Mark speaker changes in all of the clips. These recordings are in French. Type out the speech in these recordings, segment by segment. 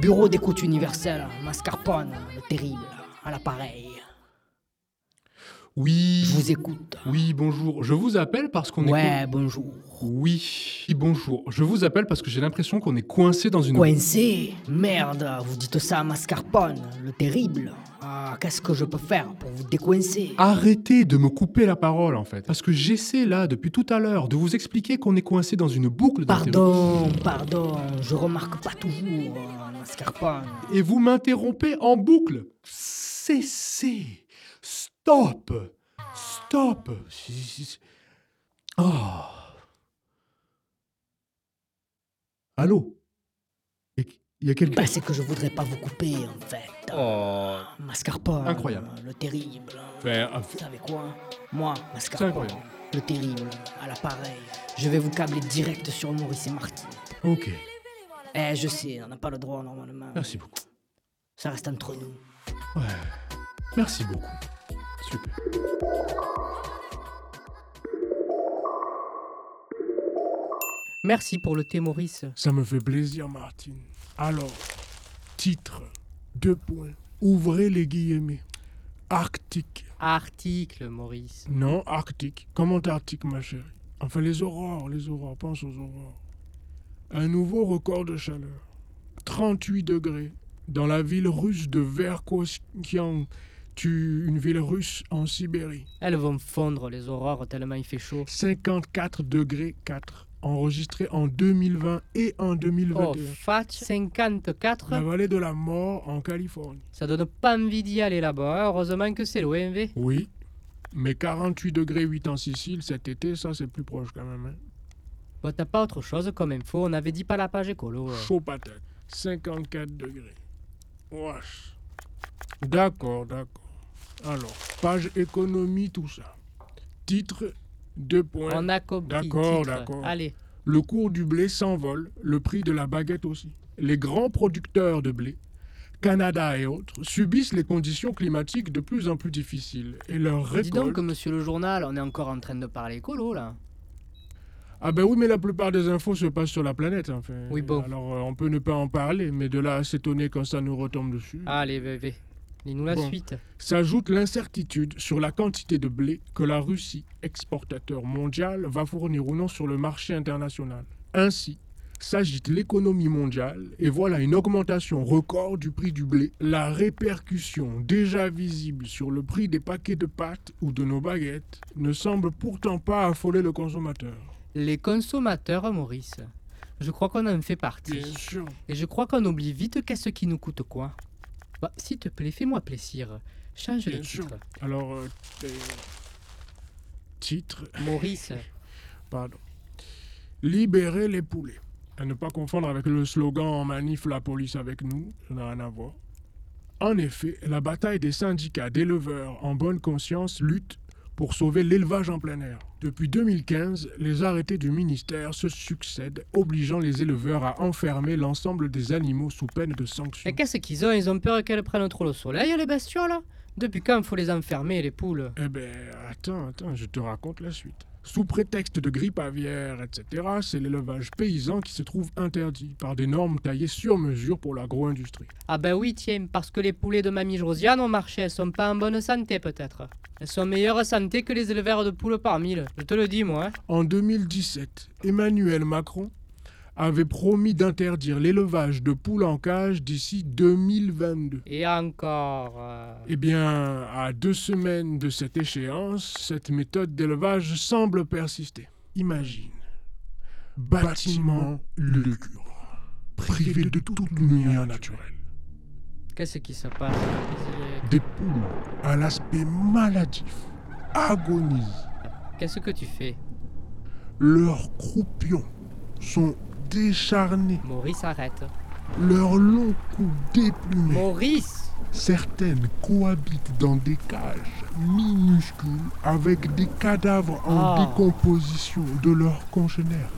Speaker 1: Bureau d'écoute universelle, mascarpone, hein, le terrible, à l'appareil.
Speaker 2: Oui.
Speaker 1: Je vous écoute. hein.
Speaker 2: Oui, bonjour. Je vous appelle parce qu'on est.
Speaker 1: Ouais, bonjour.
Speaker 2: co- Oui, bonjour. Je vous appelle parce que j'ai l'impression qu'on est coincé dans une.
Speaker 1: Coincé Merde, vous dites ça à mascarpone, le terrible. Ah, qu'est-ce que je peux faire pour vous décoincer
Speaker 2: Ah, Arrêtez de me couper la parole en fait. Parce que j'essaie là, depuis tout à l'heure, de vous expliquer qu'on est coincé dans une boucle d'interro-
Speaker 1: Pardon, pardon, je remarque pas toujours, euh, mascarpone.
Speaker 2: Et vous m'interrompez en boucle. Cessez. Stop. Stop. Oh. Allô Il y a quelqu'un.
Speaker 1: Bah, c'est que je voudrais pas vous couper, en fait. hein.
Speaker 2: Oh.
Speaker 1: Mascarpone,
Speaker 2: Incroyable.
Speaker 1: le terrible.
Speaker 2: Faire- ah,
Speaker 1: Vous
Speaker 2: f-
Speaker 1: savez quoi Moi,
Speaker 2: C'est
Speaker 1: Mascarpone,
Speaker 2: incroyable.
Speaker 1: le terrible, à l'appareil, je vais vous câbler direct sur Maurice et Marty.
Speaker 2: Ok,
Speaker 1: Eh, je sais, on n'a pas le droit normalement.
Speaker 2: merci beaucoup.
Speaker 1: Ça reste entre nous.
Speaker 2: Merci beaucoup. Super.
Speaker 3: Merci pour le thé, Maurice.
Speaker 4: Ça me fait plaisir, Martine. Alors, titre, deux points. Ouvrez les guillemets. Arctique.
Speaker 3: Article, Maurice.
Speaker 4: Non, arctique. Comment arctique, ma chérie Enfin, les aurores, les aurores, pense aux aurores. Un nouveau record de chaleur. 38 degrés dans la ville russe de Verkhovskian, tu- une ville russe en Sibérie.
Speaker 3: Elles vont me fondre, les aurores, tellement il fait chaud.
Speaker 4: 54 degrés 4, enregistré en 2020 et en
Speaker 3: Oh,
Speaker 4: 2021.
Speaker 3: fat, 54.
Speaker 4: La vallée de la mort en Californie.
Speaker 3: Ça donne pas envie d'y aller là-bas. hein. Heureusement que c'est l'OMV.
Speaker 4: Oui, mais 48 degrés 8 en Sicile cet été, ça c'est plus proche quand même. hein.
Speaker 3: Bon, t'as pas autre chose comme info. On avait dit pas la page écolo. hein.
Speaker 4: Chaud patate, 54 degrés. Wesh. D'accord, d'accord. Alors, page économie, tout ça. Titre, deux points.
Speaker 3: On a compris.
Speaker 4: D'accord,
Speaker 3: titre.
Speaker 4: d'accord.
Speaker 3: Allez,
Speaker 4: Le cours du blé s'envole, le prix de la baguette aussi. Les grands producteurs de blé, Canada et autres, subissent les conditions climatiques de plus en plus difficiles et leur
Speaker 3: dis donc
Speaker 4: récolte...
Speaker 3: que monsieur le journal, on est encore en train de parler écolo là.
Speaker 4: Ah ben oui, mais la plupart des infos se passent sur la planète, enfin.
Speaker 3: Oui, bon.
Speaker 4: Alors, euh, on peut ne pas en parler, mais de là à s'étonner quand ça nous retombe dessus...
Speaker 3: Allez, bébé. Dis-nous la
Speaker 4: Bon.
Speaker 3: suite.
Speaker 4: S'ajoute l'incertitude sur la quantité de blé que la Russie, exportateur mondial, va fournir ou non sur le marché international. Ainsi, s'agite l'économie mondiale et voilà une augmentation record du prix du blé. La répercussion déjà visible sur le prix des paquets de pâtes ou de nos baguettes ne semble pourtant pas affoler le consommateur.
Speaker 3: Les consommateurs, Maurice. Je crois qu'on en fait partie.
Speaker 4: Bien sûr.
Speaker 3: Et je crois qu'on oublie vite qu'est-ce qui nous coûte quoi. Bah, s'il te plaît, fais-moi plaisir. Change
Speaker 4: Bien
Speaker 3: de
Speaker 4: sûr.
Speaker 3: titre.
Speaker 4: Alors, euh, euh, titre,
Speaker 3: Maurice,
Speaker 4: pardon. Libérer les poulets. À ne pas confondre avec le slogan En manif la police avec nous, ça n'a rien à voir. En effet, la bataille des syndicats d'éleveurs en bonne conscience lutte pour sauver l'élevage en plein air. Depuis 2015, les arrêtés du ministère se succèdent, obligeant les éleveurs à enfermer l'ensemble des animaux sous peine de sanctions.
Speaker 3: mais qu'est-ce qu'ils ont Ils ont peur qu'elles prennent trop le soleil, les bestioles Depuis quand faut les enfermer, les poules
Speaker 4: Eh ben, attends, attends, je te raconte la suite. Sous prétexte de grippe aviaire, etc., c'est l'élevage paysan qui se trouve interdit par des normes taillées sur mesure pour l'agro-industrie.
Speaker 3: Ah ben oui, tiens, parce que les poulets de Mamie Josiane ont marché, elles sont pas en bonne santé peut-être. Elles sont en meilleure santé que les éleveurs de poules par mille, je te le dis moi. hein.
Speaker 4: En 2017, Emmanuel Macron avait promis d'interdire l'élevage de poules en cage d'ici 2022.
Speaker 3: Et encore... euh,
Speaker 4: Eh bien, à deux semaines de cette échéance, cette méthode d'élevage semble persister. Imagine. Bâtiment lugubre, privé de toute lumière naturelle.
Speaker 3: Qu'est-ce qui se passe
Speaker 4: Des poules à l'aspect maladif agonisent.
Speaker 3: Qu'est-ce que tu fais
Speaker 4: Leurs croupions sont décharnés,
Speaker 3: Maurice, arrête.
Speaker 4: leurs longs cous déplumés.
Speaker 3: Maurice
Speaker 4: Certaines cohabitent dans des cages minuscules avec des cadavres en
Speaker 3: Ah.
Speaker 4: décomposition de leurs congénères.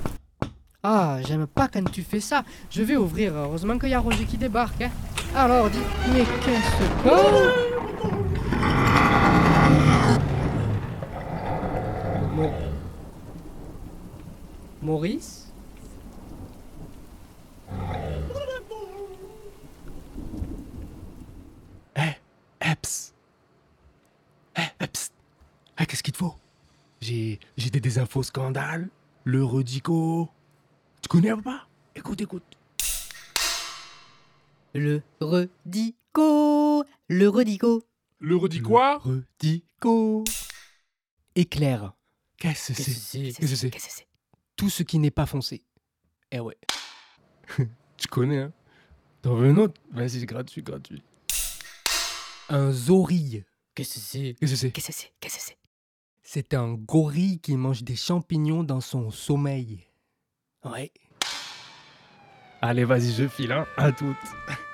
Speaker 3: Ah, j'aime pas quand tu fais ça. Je vais ouvrir. Heureusement qu'il y a Roger qui débarque. Hein. Alors, dis, mais qu'est-ce que... Mau- Maurice
Speaker 4: Eh, écouté des infos scandales Le Redico Tu connais ou pas Écoute, écoute.
Speaker 3: Le redico Le redico
Speaker 4: Le Redico quoi
Speaker 3: Redico Éclair.
Speaker 4: Qu'est-ce que c'est
Speaker 3: Qu'est-ce
Speaker 4: Qu'est-ce que c'est
Speaker 3: Qu'est-ce que c'est
Speaker 2: Tout ce qui n'est pas foncé. Eh ouais.
Speaker 4: Tu connais, hein T'en veux un autre Vas-y, gratuit, gratuit.
Speaker 2: Un zorille. Qu'est-ce que c'est
Speaker 4: Qu'est-ce que c'est
Speaker 3: Qu'est-ce que c'est Qu'est-ce que c'est
Speaker 2: C'est un gorille qui mange des champignons dans son sommeil. Ouais.
Speaker 4: Allez, vas-y, je file, hein À toutes